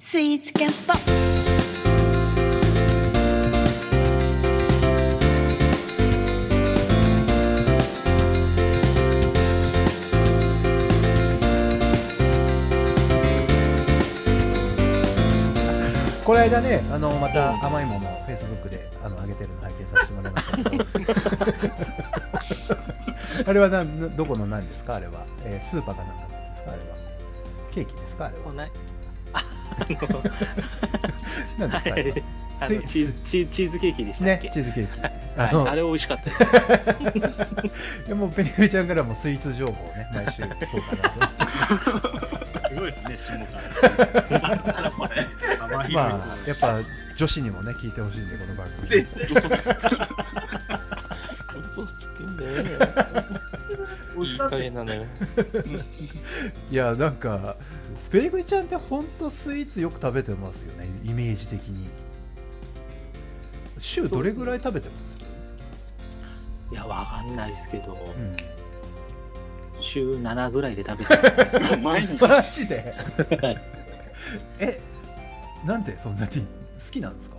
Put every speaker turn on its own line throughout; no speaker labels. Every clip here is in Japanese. スイーツキャスト
この間ねあのまた甘いものをフェイスブックであの上げてるの拝見させてもらいましたけどあれはなんどこ の何ですかあれは、えースーパーかなんかのやつですかあれはケーキですかあれ
こ
は
ないああ
何ですかあ
の、は
れ
い
は、
あ
スイ
のチーズチーチーズケーキでしたっけ、
ねチーズケーキ
は
あ
い、
の、
あれ美味しかったです
でもうペニフェちゃんからもスイーツ情報をね毎週聞こうかなと
すごいですね、下から。幅
ま
広い
あや
で
っ
すね。
ぱ女子にもね聞いてほしいんでこの番組
絶
嘘つけんだよ
おっ
いい
さん
加減なのよ
いやなんかペニフェちゃんってほんとスイーツよく食べてますよねイメージ的に週どれぐらい食べてます
いやわかんないですけど
うん
週7ぐらいで食べて る
毎日
マジで
はい
えなんでそんなに好きなんですか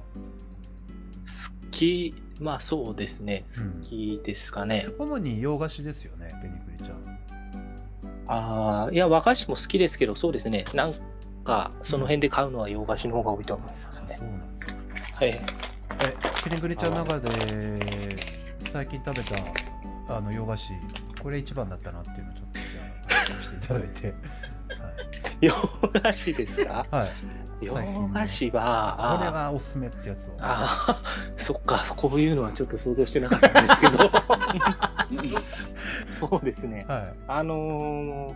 好きまあそうですね
うん
好きですかね、
主に洋菓子ですよねペニクリちゃん
ああいや和菓子も好きですけどそうですねなんかその辺で買うのは洋菓子の方が多いと思いま
あ
す
そう
ね、
なんだ
はい
えペニクリちゃんの中で最近食べたあの洋菓子これ一番だったなっていうのをちょっとじゃあ発表していただいて
洋菓子ですか
はい、はい、
洋
最近の
菓子
こ
は
れはおすすめってやつを
ああ、 そっか、こういうのはちょっと想像してなかったんですけ ど。そうですね。
は
あの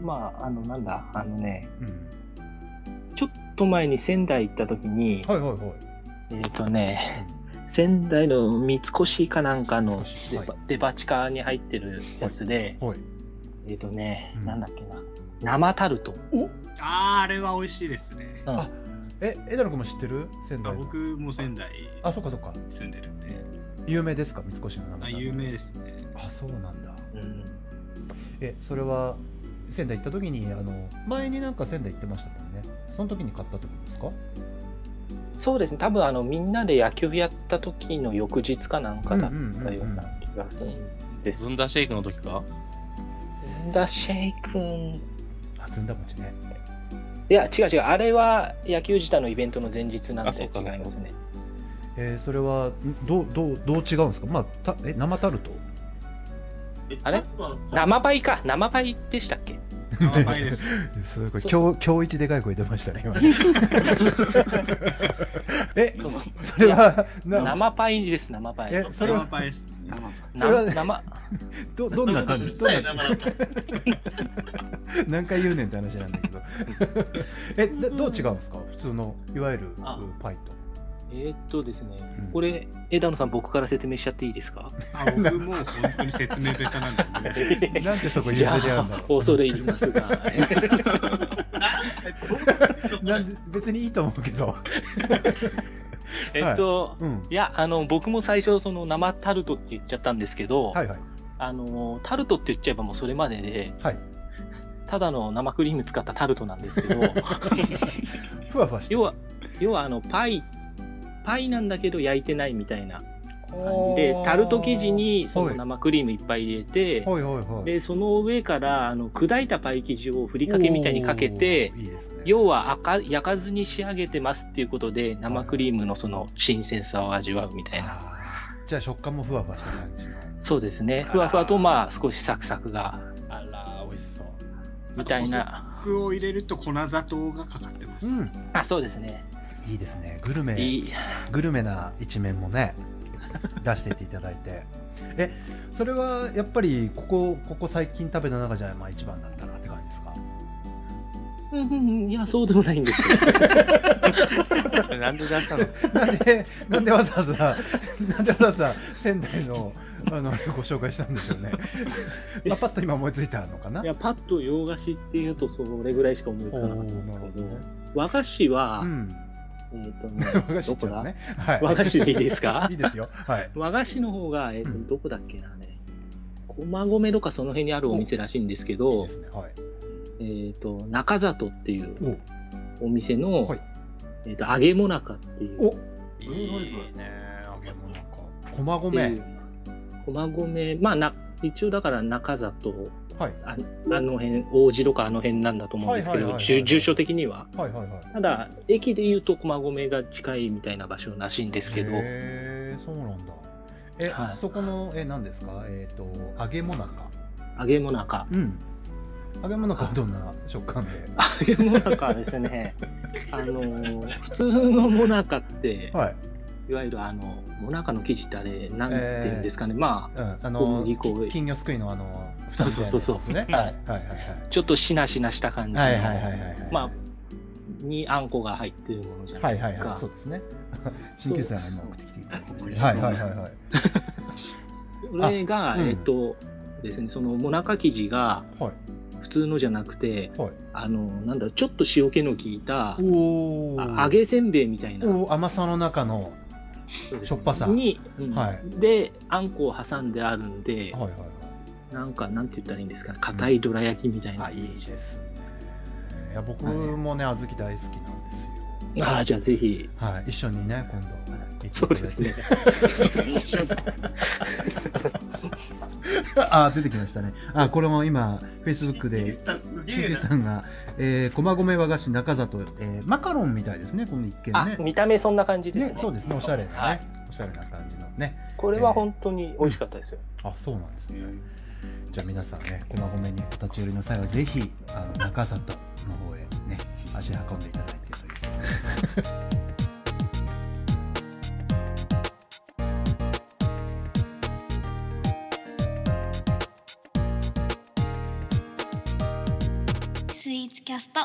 ーまあ、あの、なんだ、あのね、
い、うん、
ちょっと前に仙台行った時に、
はいはいはい
えっ、とね、仙台の三越かなんか
三
の
越
デ
はい
パ,、デパ地下に入ってるやつで、
うんはい
えっ、とね、
うん
なんだっけな、生タルト。
お
あーあれは美味しいですね。
うん
あえ枝野君も知ってる仙
あ
台の
僕も仙台
あそっかそっか
住んでるんで、
有名ですか三越の名
あ
前
有名ですね。
あそうなんだ
うん
えそれは仙台行った時にあの前になんか仙台行ってましたもんねその時に買ったってことですか
そうですね、多分あのみんなで野球やった時の翌日かなんかだったような気がするんです
ずんだシェイクの時か
ずんだシェイ君
あずんだ餅ね
いや違う違うあれは野球自体のイベントの前日なん
あ
で
そう
違
か
いますね
えーそれはんどうどうどう違うんですかまあたえ生タルト
あれ生バイか生バイでしたっけ
名前です。
すごい
そう
今日今日一でかい声出ましたね今 ね え
そう
それはな
生パイです生パイ
えそれ
名
は
前です。
それは
な生
どどんな感じどんな何回言うねんって話なんだけどえだどう違うんですか普通のいわゆる
あ
うんパイと
えーっとですね
うん
これ枝野さん僕から説明しちゃっていいですか
あ僕もう本当に説明下手なんでお願いします。
なんでそこ譲
じ
り
ゃ
合うんだ
あ
ろう
恐れ入りますが
なんで別にいいと思うけど
えっと
うん
いやあの僕も最初その生タルトって言っちゃったんですけど、
はいはい
あのタルトって言っちゃえばもうそれまでで、
はい
ただの生クリーム使ったタルトなんで すけど
ふわふわして
要は要はあのパイパイなんだけど焼いてないみたいな感じでタルト生地にその生クリームいっぱい入れて、
はいはいはい
でその上からあの砕いたパイ生地をふりかけみたいにかけて
おーいいですね
要は赤焼かずに仕上げてますっていうことで生クリームのその新鮮さを味わうみたいな
あーじゃあ食感もふわふわした感じの
そうですね
あー
ふわふわとまあ少しサクサクが
あら美味しそう
みたいな
服を入れると粉砂糖がかかってます。
うん
あそうですね
いいですねグルメ
いい
グルメな一面もね出していっていただいてえそれはやっぱりここここ最近食べた中じゃまあ一番だったなって感じですか
うんうんうんいや、そうでもないんです よ。
なんで出したの
なんでなんでわざわざなんでわざわざ仙台のあのご紹介したんでしょうねまあパッと今思いついたのかない
や、パッと洋菓子っていうと、それぐらいしか思いつかなかったんですけど
おーなるほど、
和菓子は、
うん
えっ、と
和
ね、
菓子っちゃうのねはい
和菓子でいいですか
いいですよはい
和菓子の方が、えっ、
うん
と、どこだっけなね、駒込とかその辺にあるお店らしいんです
い
け
い
ど
で、すねはい
えっ、と、中里っていう
お
お店の、
はい
えっと揚げもなかっていう
おい
い
ね揚げ物か駒
ってい
込
う駒込まあな一応だから中里
はい
ああの辺王子とかあの辺なんだと思うんですけ
はい
ど
はいはいはい
住住所的には
はいはいはい
ただ駅で言うと駒込が近いみたいな場所らしいんですけど
へえそうなんだえ、
はい
そこのえ何ですかえっ、と揚げもなか
揚げもなか
うん揚げもなかはどんな食感で
揚げもなかはで すねあのー普通のもなかって
はい、
いわゆるあのもなかの生地ってあれなんていうんですかね、まあ
うん、あ
小
の
麦粉を
金魚すくいのあの
そうそうそうそう
蓋みたいなやつですねはい
ちょっとしなしなした感じの
はいはいはいはいはいはいはい
まあにあんこが入ってるものじゃな
はいい
ですか、
はいはいそうです ね新旧さんが今送ってきていただきました
そう
はいはいはいはい
それが、
あうん
えっとですねそのもなか生地が
はい
普通のじゃなくて
はい
あのなんだろうちょっと塩気の効いた
おお
あ揚げせんべいみたいな
おー甘さの中のしょっぱさ
に、うん
はい
であんこを挟んであるんで
はいはいはい
なんかなんて言ったらいいんですかね硬いどら焼きみたいな、
あいいですねいや僕もね小豆大好きなんですよ
ああじゃあぜひ
はい一緒にね今度行っていただいて
そうですね
あ出てきましたねあこれも今フェイスブックで
さす
新
げえ
旧
な。
さんが、えー、駒込和菓子中里、えー、マカロンみたいですねこの一見
あ
ね
見た目そんな感じです
ね
ね
そうですねおしゃれなね、
はい
おしゃれな感じのね
これは本当に美味しかったですよ、
あそうなんですねじゃあ皆さんね駒込にお立ち寄りの際はぜひあの中里の方へね足運んでいただいてという
スイーツキャスト